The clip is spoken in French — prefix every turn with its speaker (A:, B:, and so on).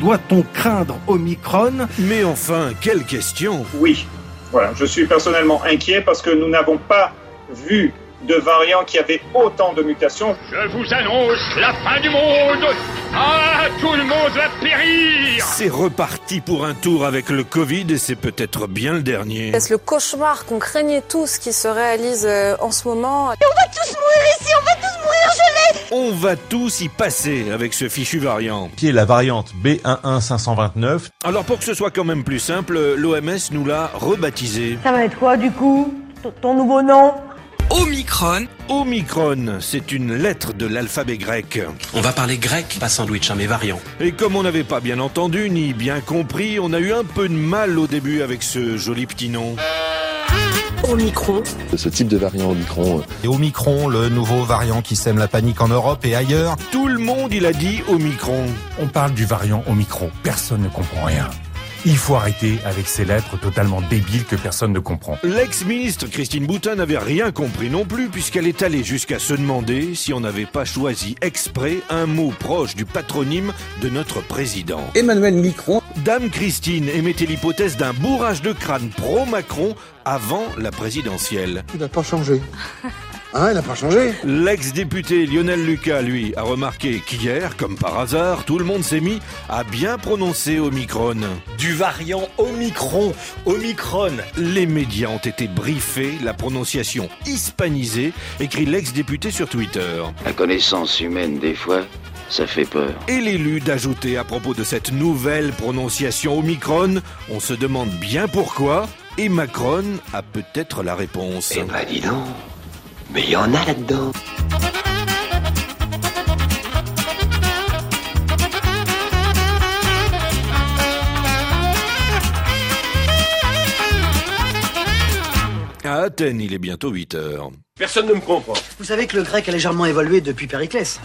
A: Doit-on craindre Omicron
B: Mais enfin, quelle question
C: Oui, voilà, je suis personnellement inquiet parce que nous n'avons pas vu de variants qui avaient autant de mutations.
D: Je vous annonce la fin du monde Ah, tout le monde va périr
B: C'est reparti pour un tour avec le Covid et c'est peut-être bien le dernier.
E: Est-ce le cauchemar qu'on craignait tous qui se réalise euh, en ce moment
F: On va tous mourir ici, on va tous mourir gelés
B: On va tous y passer avec ce fichu variant.
G: Qui est la variante B11529
B: Alors pour que ce soit quand même plus simple, l'OMS nous l'a rebaptisé.
H: Ça va être quoi du coup Ton nouveau nom
I: Omicron.
B: Omicron, c'est une lettre de l'alphabet grec.
J: On va parler grec, pas sandwich, hein, mais variant.
B: Et comme on n'avait pas bien entendu ni bien compris, on a eu un peu de mal au début avec ce joli petit nom.
I: Omicron.
K: Ce type de variant Omicron. euh.
L: Et Omicron, le nouveau variant qui sème la panique en Europe et ailleurs.
B: Tout le monde, il a dit Omicron.
M: On parle du variant Omicron. Personne ne comprend rien. Il faut arrêter avec ces lettres totalement débiles que personne ne comprend.
B: L'ex-ministre Christine Boutin n'avait rien compris non plus puisqu'elle est allée jusqu'à se demander si on n'avait pas choisi exprès un mot proche du patronyme de notre président.
N: Emmanuel Micron.
B: Dame Christine émettait l'hypothèse d'un bourrage de crâne pro-Macron avant la présidentielle.
O: Il n'a pas changé. Hein, il n'a pas changé.
B: L'ex-député Lionel Lucas, lui, a remarqué qu'hier, comme par hasard, tout le monde s'est mis à bien prononcer Omicron.
P: Du variant Omicron, Omicron.
B: Les médias ont été briefés, la prononciation hispanisée, écrit l'ex-député sur Twitter.
Q: La connaissance humaine, des fois, ça fait peur.
B: Et l'élu d'ajouter à propos de cette nouvelle prononciation Omicron, on se demande bien pourquoi, et Macron a peut-être la réponse.
Q: Eh ben dis donc mais il y en a là-dedans.
B: À Athènes, il est bientôt 8 heures.
R: Personne ne me comprend.
S: Vous savez que le grec a légèrement évolué depuis Périclès.